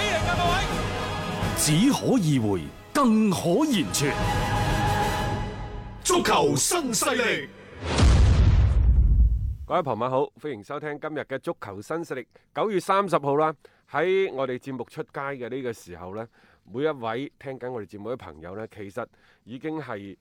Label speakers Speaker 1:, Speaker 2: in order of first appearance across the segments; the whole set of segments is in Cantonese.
Speaker 1: 零啊！各位，
Speaker 2: 只可意會，更可言傳。
Speaker 3: 足球新勢力，
Speaker 4: 各位傍晚好，歡迎收聽今日嘅足球新勢力。九月三十號啦，喺我哋節目出街嘅呢個時候呢，每一位聽緊我哋節目嘅朋友呢，其實已經係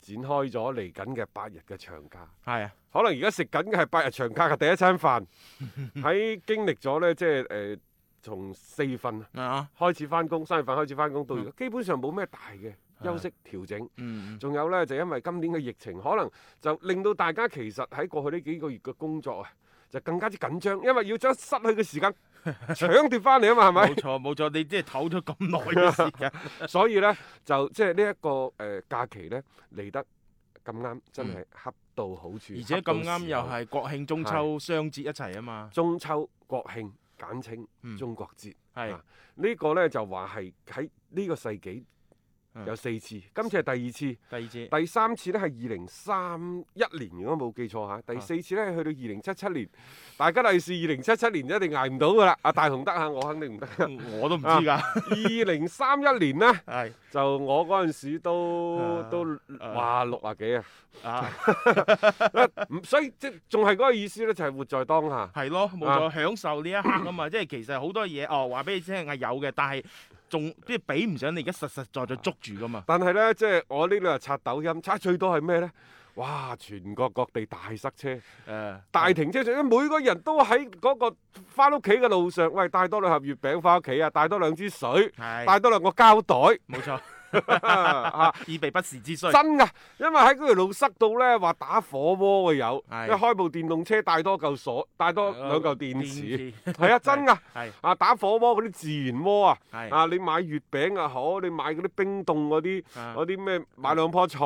Speaker 4: 展開咗嚟緊嘅八日嘅長假。
Speaker 5: 係啊，
Speaker 4: 可能而家食緊嘅係八日長假嘅第一餐飯。 喺經歷咗呢，即係誒，從、四月份
Speaker 5: 啊，
Speaker 4: 開始翻工，三月份開始翻工到而家，基本上冇咩大嘅休息調整。
Speaker 5: 嗯，
Speaker 4: 仲有呢，就因為今年嘅疫情，可能就令到大家其實喺過去呢幾個月嘅工作啊，就更加之緊張，因為要將失去嘅時間搶奪翻嚟啊嘛，
Speaker 5: 冇
Speaker 4: 係
Speaker 5: 錯冇錯，你即係唞咗咁耐嘅時 間，
Speaker 4: 咪？所以呢，就即係呢一個誒、呃假期呢，嚟得咁啱，真係恰到好處。
Speaker 5: 而且
Speaker 4: 恰到
Speaker 5: 咁啱
Speaker 4: 時
Speaker 5: 又
Speaker 4: 候
Speaker 5: 係國慶、中秋、雙節一齊啊嘛，
Speaker 4: 中秋、國慶，簡稱
Speaker 5: 嗯
Speaker 4: 中國節。
Speaker 5: 係
Speaker 4: 啊呢個呢，就話係喺呢個世紀
Speaker 5: 嗯
Speaker 4: 有四次，今次係第二次。
Speaker 5: 第 二次，
Speaker 4: 第三次呢係二零三一年，如果冇記
Speaker 5: 啊
Speaker 4: 錯嚇。第四次呢去到二零七七年，大家利是二零七七年一定捱唔到噶啦。阿啊大雄得嚇，我肯 定唔得。
Speaker 5: 我都唔知㗎，
Speaker 4: 二零三一年呢，
Speaker 5: 係
Speaker 4: 就我嗰陣時都
Speaker 5: 啊
Speaker 4: 都
Speaker 5: 啊
Speaker 4: 哇六啊幾啊，
Speaker 5: 啊，
Speaker 4: 唔所以即仲係嗰個意思呢，就係活在當下。
Speaker 5: 係咯，冇錯，享受呢一刻啊嘛，即係其實好多嘢哦，話俾你聽係有嘅，但係 仲即係比唔上你而家實實在在捉住㗎嘛，
Speaker 4: 但係呢，即係我呢兩日刷抖音，刷最多係咩呢？哇！全國各地大塞車。
Speaker 5: 誒，
Speaker 4: 大停車場，每個人都喺嗰個翻屋企嘅路上，喂，帶多兩盒月餅翻屋企啊，帶多兩支水，
Speaker 5: 係
Speaker 4: 帶多兩個 膠袋
Speaker 5: 冇錯，
Speaker 4: 啊！
Speaker 5: 以備不時之需，
Speaker 4: 真噶，因為喺嗰條路塞到呢，話打火鍋嘅有，
Speaker 5: 係
Speaker 4: 一開部電動車帶多嚿鎖，帶多兩嚿電池，係啊，真噶
Speaker 5: 係
Speaker 4: 啊！打火鍋嗰啲自然鍋啊，
Speaker 5: 係
Speaker 4: 啊，你買月餅啊好，你買嗰啲冰凍嗰啲
Speaker 5: 啊
Speaker 4: 嗰啲咩，買兩 棵菜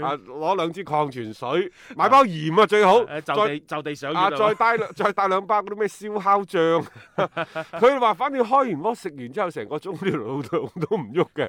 Speaker 4: 啊，攞兩支礦泉水，買包鹽啊最好，
Speaker 5: 誒
Speaker 4: 再
Speaker 5: 就地就地上
Speaker 4: 啊！
Speaker 5: 月
Speaker 4: 再帶 兩再帶兩包嗰啲咩燒烤醬，佢哋話反正開完鍋食完之後，成個鐘條路都都唔喐嘅，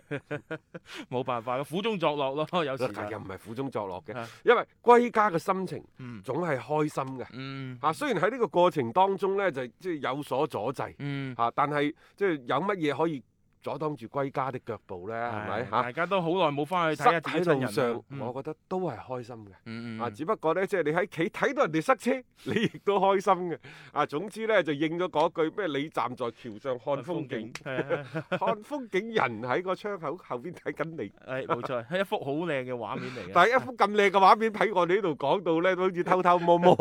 Speaker 5: 冇辦法，苦中作樂咯， 有時就
Speaker 4: 但又唔係苦中作樂嘅
Speaker 5: 啊，
Speaker 4: 因為歸家嘅心情
Speaker 5: 嗯
Speaker 4: 總係開心嘅。
Speaker 5: 嗯
Speaker 4: 啊，雖然喺呢個過程當中呢，就即係有所阻滯，
Speaker 5: 嗯。
Speaker 4: 啊，但係即係有乜嘢可以阻擋住歸家的腳步呢？係啊咪
Speaker 5: 唉
Speaker 4: 嚇？
Speaker 5: 大家都好耐冇翻去睇
Speaker 4: 塞
Speaker 5: 下自己
Speaker 4: 喺
Speaker 5: 親
Speaker 4: 路
Speaker 5: 人
Speaker 4: 上
Speaker 5: 啦，嗯
Speaker 4: 我覺得都係開心嘅。
Speaker 5: 嗯嗯
Speaker 4: 啊，
Speaker 5: 嗯
Speaker 4: 只不過呢，即係你喺企睇到人哋塞車，你亦都開心嘅。啊，總之呢，就應咗嗰句咩？你站在橋上看風景，
Speaker 5: 係啊
Speaker 4: 看風景人喺個窗口後邊睇緊你。
Speaker 5: 係啊冇 錯，係一幅好靚嘅畫面嚟嘅。
Speaker 4: 但係一幅咁靚嘅畫面喺我哋呢度講到呢，都好似偷偷 摸摸。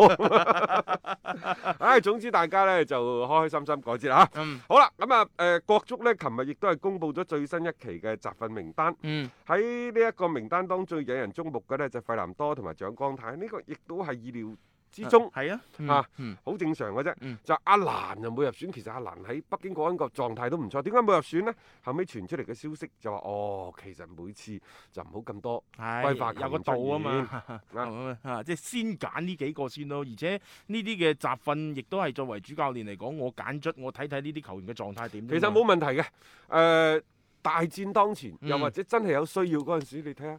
Speaker 4: 唉、總之大家呢，就開開心心過節啦嚇。
Speaker 5: 嗯
Speaker 4: 好啦，咁啊，誒、國足呢，琴日亦都係公布咗最新一期嘅集訓名單。
Speaker 5: 嗯
Speaker 4: 喺呢一個名單當中最引人矚目嘅呢，就係費南多同埋蔣光太，呢、個亦都係意料之中。
Speaker 5: 係啊嗯
Speaker 4: 啊
Speaker 5: 嗯
Speaker 4: 好正常嘅啫。
Speaker 5: 嗯
Speaker 4: 就阿蘭就冇入選，其實阿蘭喺北京國安個狀態都唔錯，點解冇入選呢？後尾傳出嚟嘅消息就話，哦，其實每次就唔好咁多。
Speaker 5: 係
Speaker 4: 規劃球
Speaker 5: 有個
Speaker 4: 員出
Speaker 5: 度啊
Speaker 4: 現
Speaker 5: 嘛，
Speaker 4: 啊
Speaker 5: 啊即係先揀呢幾個先咯，而且呢啲嘅集訓亦都係作為主教練嚟講，我揀出我睇睇呢啲球員嘅狀態點啊啫
Speaker 4: 其
Speaker 5: 嘛。
Speaker 4: 實冇問題嘅。誒、大戰當前，又
Speaker 5: 嗯
Speaker 4: 或者真係有需要嗰陣時，你睇下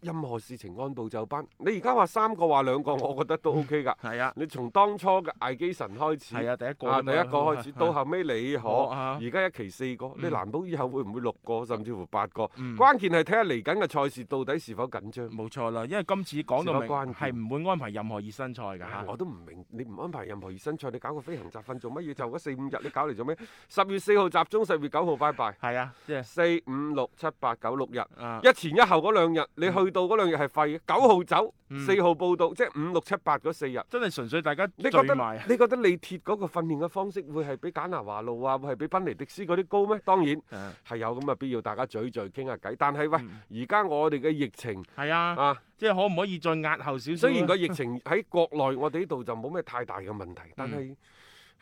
Speaker 4: 任何事情按部就班。你而家話三個話兩個，我覺得都 OK 㗎。
Speaker 5: 係啊
Speaker 4: 你從當初嘅艾基臣開始。
Speaker 5: 係啊，第一個
Speaker 4: 啊！
Speaker 5: 啫
Speaker 4: 第
Speaker 5: 嘛
Speaker 4: 一個開始，到後尾李 可，
Speaker 5: 我啊
Speaker 4: 而家一期四個，你
Speaker 5: 嗯
Speaker 4: 難保以後會唔會六個，甚至乎八個？
Speaker 5: 嗯
Speaker 4: 關鍵係睇下嚟緊嘅賽事到底是否緊張。
Speaker 5: 冇錯啦，因為今次講到
Speaker 4: 事不關己
Speaker 5: 明係唔會安排任何熱身賽㗎
Speaker 4: 啊
Speaker 5: 嚇
Speaker 4: 我。都唔明，你唔安排任何熱身賽，你搞個飛行集訓做乜嘢？就嗰四五日，你搞嚟做咩？十月四號集中，十月九號拜拜。
Speaker 5: 係啊，即係
Speaker 4: 四五六七八九六日，
Speaker 5: 啊
Speaker 4: 一前一後嗰兩日，你去到嗰兩日係廢嘅。九號走，
Speaker 5: 嗯
Speaker 4: 四號報到，即係五六七八嗰四日。
Speaker 5: 真係純粹大家
Speaker 4: 你覺
Speaker 5: 聚
Speaker 4: 得
Speaker 5: 埋。
Speaker 4: 你覺得李鐵嗰個訓練嘅方式會係比簡拿華路啊，會係比賓尼迪斯嗰啲高咩？當然
Speaker 5: 啊
Speaker 4: 係有咁嘅必要，大家聚聚傾下偈。但係
Speaker 5: 嗯
Speaker 4: 喂，而家我哋嘅疫情
Speaker 5: 係啊。
Speaker 4: 啊，
Speaker 5: 即係可唔可以再壓後少少
Speaker 4: 雖
Speaker 5: 咧？
Speaker 4: 然個疫情喺國內我哋呢度就冇咩太大嘅問題，但係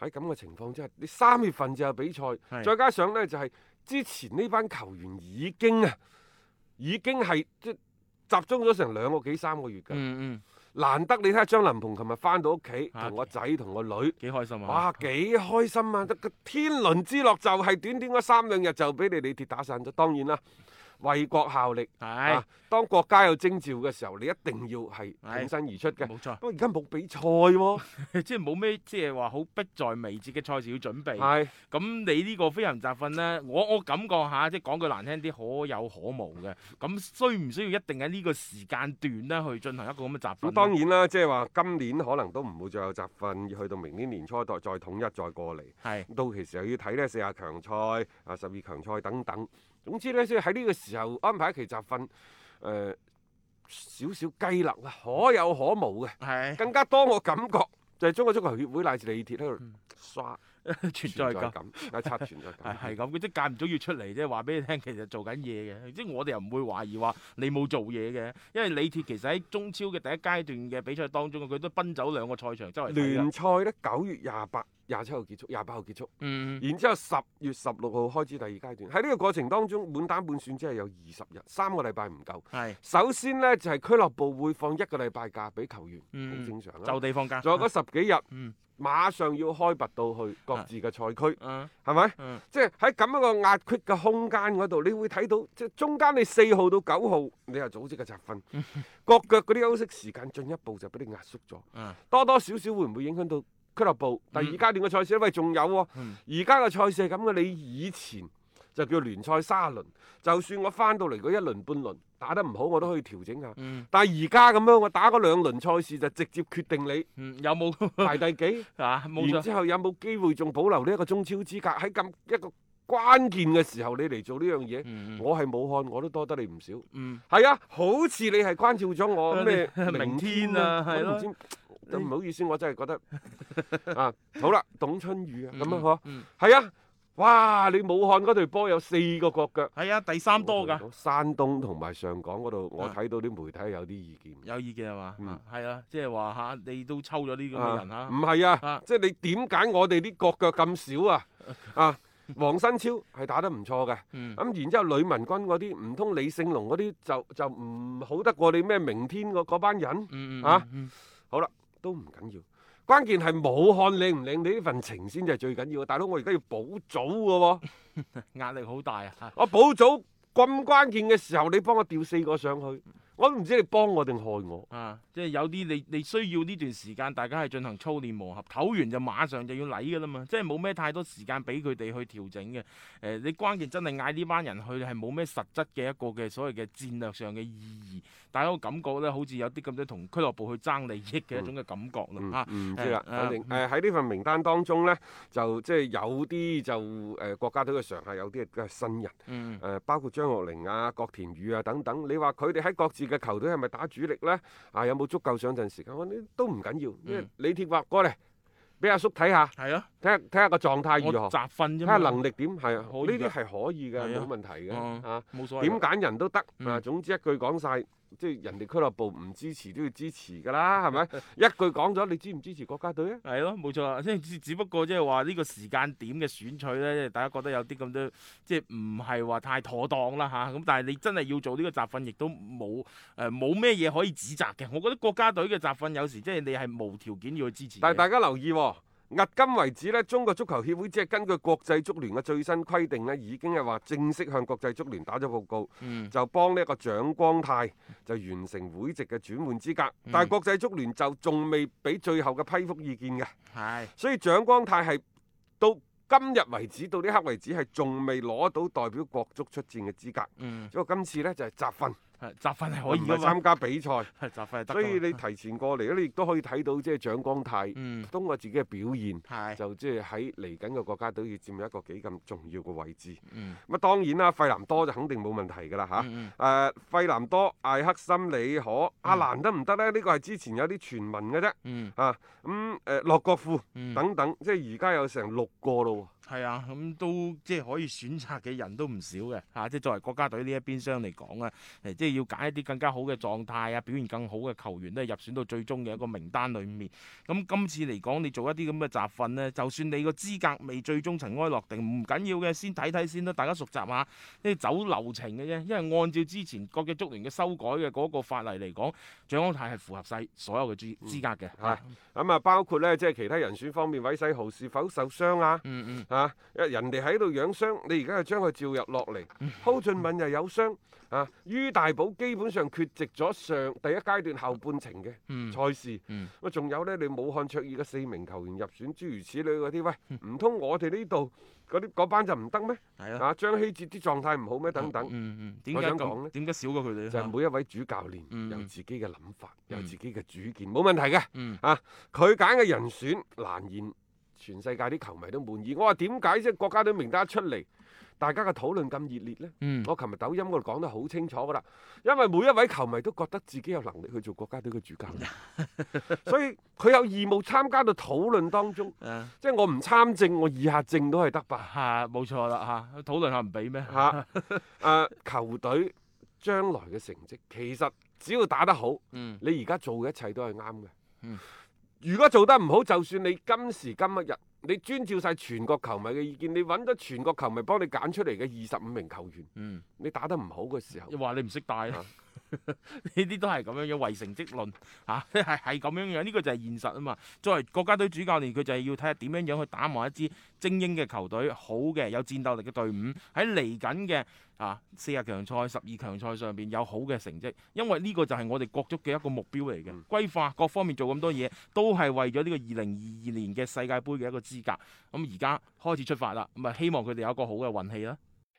Speaker 4: 喺咁嘅情況之下，你三月份就有比賽，
Speaker 5: 係
Speaker 4: 再加上呢就係之前呢班球員已經啊，已經係即集中咗成兩個幾三個月㗎。
Speaker 5: 嗯嗯，
Speaker 4: 難得你睇下張林鵬琴日翻到屋企，
Speaker 5: 啊
Speaker 4: 同我仔同我女。
Speaker 5: 幾開心啊！
Speaker 4: 哇，幾開心啊！得個天倫之樂就係短短嗰三兩日就俾你哋跌打散咗。當然啦，為國效力，
Speaker 5: 係
Speaker 4: 啊，當國家有徵召嘅時候，你一定要係挺身而出嘅。
Speaker 5: 冇錯，
Speaker 4: 不過而家冇比賽喎，
Speaker 5: 即係冇咩即係話好迫在眉睫嘅賽事要準備。
Speaker 4: 係
Speaker 5: 咁你呢個飛行集訓呢，我我感覺下，即係講句難聽啲，可有可無嘅。咁需唔需要一定喺呢個時間段呢去進行一個咁嘅集訓呢？
Speaker 4: 咁當然啦，即係話今年可能都唔會再有集訓，要去到明年年初再再統一再過嚟。
Speaker 5: 係
Speaker 4: 到其時又要睇呢四十強賽啊、十二強賽等等。總之呢，即係喺呢個時候安排一期集訓，誒、呃少少雞肋啊，可有可 無嘅。
Speaker 5: 係
Speaker 4: 更加多我感覺就係中國足球協會乃至李鐵喺
Speaker 5: 嗯
Speaker 4: 度刷
Speaker 5: 存在感。
Speaker 4: 感，啊刷存在
Speaker 5: 係 係
Speaker 4: 感。
Speaker 5: 咁，佢即係間唔中要出嚟啫，話俾你聽，其實做緊嘢嘅，即係我哋又唔會懷疑話你冇做嘢嘅，因為李鐵其實喺中超嘅第一階段嘅比賽當中，佢都奔走兩個賽場周圍睇啦
Speaker 4: 聯賽呢，九月廿八、廿七號結束，廿八號結束，
Speaker 5: 嗯，
Speaker 4: 然之後十月十六號開始第二階段。喺呢個過程當中，滿打滿算只係有二十日，三個禮拜唔夠。
Speaker 5: 係
Speaker 4: 首先呢，就係、俱樂部會放一個禮拜假俾球員，好、
Speaker 5: 嗯
Speaker 4: 正常啦
Speaker 5: 就。地放假。
Speaker 4: 仲有嗰十幾日，
Speaker 5: 嗯
Speaker 4: 馬上要開拔到去各自嘅賽區，
Speaker 5: 嗯
Speaker 4: 係咪？
Speaker 5: 嗯
Speaker 4: 即係喺咁一個壓缺嘅空間嗰度，你會睇到即係中間你四號到九號，你又組織嘅集訓，
Speaker 5: 嗯
Speaker 4: 各腳嗰啲休息時間進一步就俾你壓縮咗，
Speaker 5: 嗯
Speaker 4: 多多少少會唔會影響到俱樂部第二階段嘅賽事咧？喂，仲有喎、
Speaker 5: 嗯
Speaker 4: 而家嘅賽事係咁嘅，你以前就叫聯賽沙輪，就算我翻到嚟嗰一輪半輪打得唔好，我都可以調整下。
Speaker 5: 嗯
Speaker 4: 但係而家咁樣，我打嗰兩輪賽事就直接決定你
Speaker 5: 嗯，有冇
Speaker 4: 排第幾。
Speaker 5: 啊？冇
Speaker 4: 然
Speaker 5: 錯，
Speaker 4: 之後有冇機會仲保留呢一個中超資格？喺咁一個關鍵嘅時候，你嚟做呢樣嘢，
Speaker 5: 嗯嗯
Speaker 4: 我係武漢，我都多得你唔少。
Speaker 5: 嗯，
Speaker 4: 係啊，好似你係關照 咗我
Speaker 5: 啊
Speaker 4: 咩
Speaker 5: 你明天啊
Speaker 4: 我都唔
Speaker 5: 係
Speaker 4: 知唔好意思，我真係 覺得啊，好啦，董春雨啊，咁樣嗬，
Speaker 5: 嗯
Speaker 4: 係啊，哇！你武漢嗰隊波有四個國腳，
Speaker 5: 係啊，第三多㗎。
Speaker 4: 我同你講山東同埋上港嗰度，我
Speaker 5: 啊
Speaker 4: 睇到啲媒體有啲意見。
Speaker 5: 有意見係嘛？
Speaker 4: 嗯
Speaker 5: 啊係啦，即係話嚇，你都抽咗啲咁嘅人嚇
Speaker 4: 啊唔，係啊
Speaker 5: 啊，
Speaker 4: 即係你點解我哋啲國腳 咁少啊？啊，黃新超係打得唔錯嘅，咁、
Speaker 5: 嗯
Speaker 4: 然之後呂文君嗰啲，唔通李勝龍嗰啲就就唔好得過你咩明天嗰嗰班人？
Speaker 5: 嗯嗯
Speaker 4: 啊
Speaker 5: 嗯
Speaker 4: 好啦，都唔緊要。關鍵係武漢靚唔靚，你呢份情先就係最緊要。大佬，我而家要補組嘅喎，
Speaker 5: 壓力好大啊！
Speaker 4: 我補組咁關鍵嘅時候，你幫我調四個上去，我都唔知你幫我定害我。
Speaker 5: 啊，即係有啲你你需要呢段時間，大家係進行操練磨合，唞完就馬上就要嚟㗎啦嘛，即係冇咩太多時間俾佢哋去調整嘅。誒、你關鍵真係嗌呢班人去係冇咩實質嘅一個嘅所謂嘅戰略上嘅意義，大家個感覺咧好似有啲咁多同俱樂部去爭利益嘅一種嘅感覺啦
Speaker 4: 嗯
Speaker 5: 嚇。啊
Speaker 4: 唔知啦，
Speaker 5: 誒
Speaker 4: 反正
Speaker 5: 誒
Speaker 4: 誒喺呢份名單當中呢，就即係有啲就誒、國家隊嘅常客，有啲係新人，誒、
Speaker 5: 嗯
Speaker 4: 包括張學寧啊、郭田雨啊等等。你話佢哋喺各自嘅球隊係咪打主力呢？啊，有冇足夠上陣時間？我呢都唔緊要，因為李鐵話過嚟俾阿叔睇下，
Speaker 5: 係啊，
Speaker 4: 睇下睇下個狀態
Speaker 5: 我
Speaker 4: 如何，
Speaker 5: 集訓
Speaker 4: 睇
Speaker 5: 啫
Speaker 4: 下
Speaker 5: 嘛，
Speaker 4: 能力點係啊，
Speaker 5: 可以㗎
Speaker 4: 呢啲係可以嘅，
Speaker 5: 係啊
Speaker 4: 冇問題嘅
Speaker 5: 嗯
Speaker 4: 啊。
Speaker 5: 冇所謂
Speaker 4: 點
Speaker 5: 㗎。
Speaker 4: 揀人都得啊！
Speaker 5: 嗯
Speaker 4: 總之一句講晒，即係人哋俱樂部唔支持都要支持㗎 啦，係咪？一句講咗，你支唔支持國家隊啊？
Speaker 5: 係咯，冇錯啊！即 係只只不過即係話呢個時間點嘅選取咧，大家覺得有啲咁多即係唔係話太妥當啦吓。咁、但係你真係要做呢個集訓，亦都冇誒冇咩嘢可以指責嘅。我覺得國家隊嘅集訓有時即係你係無條件要去支持嘅。
Speaker 4: 但係大家留意喎、迄今為止咧，中國足球協會只係根據國際足聯嘅最新規定咧，已經係話正式向國際足聯打咗報告，
Speaker 5: 嗯
Speaker 4: 就幫呢一個蔣光泰就完成會籍嘅轉換資格。
Speaker 5: 嗯
Speaker 4: 但係國際足聯就仲未俾最後嘅批覆意見嘅，
Speaker 5: 係
Speaker 4: 所以蔣光泰係到今日為止，到呢刻為止係仲未攞到代表國足出戰嘅資格。
Speaker 5: 嗯
Speaker 4: 不過今次呢，就係、集訓，
Speaker 5: 係集訓係可
Speaker 4: 我
Speaker 5: 以
Speaker 4: 唔
Speaker 5: 噶
Speaker 4: 係
Speaker 5: 嘛，
Speaker 4: 參加比賽，
Speaker 5: 係集訓係得㗎嘛。
Speaker 4: 所以你提前過嚟咧，你亦都可以睇到即係蔣光泰
Speaker 5: 嗯
Speaker 4: 通過自己嘅表現。
Speaker 5: 係
Speaker 4: 就即係喺嚟緊嘅國家隊要佔有一個幾咁重要嘅位置。
Speaker 5: 嗯
Speaker 4: 咁啊當然啦，費南多就肯定冇問題㗎啦嚇。誒、
Speaker 5: 嗯
Speaker 4: 費南多、艾克森、里可、阿蘭得唔得呢？呢、個係之前有啲傳聞嘅啫。
Speaker 5: 嗯
Speaker 4: 啊，咁誒洛國富
Speaker 5: 嗯
Speaker 4: 等等，即係而家有成六個咯喎。
Speaker 5: 係啊，咁都即係可以選擇嘅人都唔少嘅 嚇、即係作為國家隊呢一邊廂嚟講啊，誒即係要揀一啲更加好嘅狀態啊，表現更好嘅球員咧入選到最終嘅一個名單裡面。咁今次嚟講，你做一啲咁嘅集訓呢，就算你個資格未最終塵埃落定，唔緊要嘅，先睇睇先啦，大家熟習下，呢走流程嘅啫。因為按照之前國際足聯嘅修改嘅嗰個法例嚟講，蔣安泰係符合晒所有嘅資資格嘅。
Speaker 4: 嗯
Speaker 5: 嗯
Speaker 4: 係咁啊，包括呢，即係其他人選方面，韋世豪是否受傷啊？
Speaker 5: 嗯嗯。
Speaker 4: 啊！人哋喺度養傷，你而家就將佢召入落嚟。
Speaker 5: 嗯
Speaker 4: 蒿俊敏又有傷啊！於大寶基本上缺席咗上第一階段後半程嘅
Speaker 5: 嗯
Speaker 4: 賽事。
Speaker 5: 嗯
Speaker 4: 咁啊仲有呢，你武漢卓爾嘅四名球員入選，諸如此類嗰啲，
Speaker 5: 嗯
Speaker 4: 喂，唔通我哋呢度嗰啲嗰班就唔得咩？
Speaker 5: 係啊，
Speaker 4: 啊，張希哲啲狀態唔好咩？等等，
Speaker 5: 嗯嗯，點
Speaker 4: 我
Speaker 5: 解
Speaker 4: 想講
Speaker 5: 咁？
Speaker 4: 呢
Speaker 5: 點解少過佢哋呢
Speaker 4: 就係每一位主教
Speaker 5: 嗯
Speaker 4: 練
Speaker 5: 嗯
Speaker 4: 有自己嘅諗法，有
Speaker 5: 嗯
Speaker 4: 自己嘅主見，冇問題嘅。
Speaker 5: 嗯
Speaker 4: 啊，佢揀嘅人選難言全世界啲球迷都滿意。我話點解啫？國家隊名單一出嚟，大家嘅討論咁熱烈呢？
Speaker 5: 嗯
Speaker 4: 我琴日抖音嗰度講得好清楚噶啦，因為每一位球迷都覺得自己有能力去做國家隊嘅主教練， 所以佢有義務參加到討論當中。
Speaker 5: 誒
Speaker 4: 即係我唔參政，我議下政都係得吧？
Speaker 5: 嚇啊冇錯啦嚇，討論下唔俾咩？
Speaker 4: 嚇、啊，球隊將來嘅成績，其實只要打得好，
Speaker 5: 嗯
Speaker 4: 你而家做嘅一切都係啱嘅。
Speaker 5: 嗯
Speaker 4: 如果做得唔好，就算你今時今日，你遵照晒全國球迷嘅意見，你揾咗全國球迷幫你揀出嚟嘅二十五名球員，
Speaker 5: 嗯，
Speaker 4: 你打得唔好嘅時候啊
Speaker 5: 又，話你唔識帶啦。 呢啲都係咁樣樣為成績論嚇， 係係咁樣樣，呢、個就係現實啊嘛。作為國家隊主教練，佢就係要睇下點樣樣去打磨一支精英嘅球隊，好嘅有戰鬥力嘅隊伍喺嚟緊嘅啊四十強賽、十二強賽上邊有好嘅成績，因為呢個就係我哋國足嘅一個目標嚟嘅。
Speaker 4: 嗯
Speaker 5: 規劃各方面做咁多嘢，都係為咗呢個二零二二年嘅世界盃嘅一個資格。咁而家開始出發啦，咁啊希望佢哋有一個好嘅運氣啦。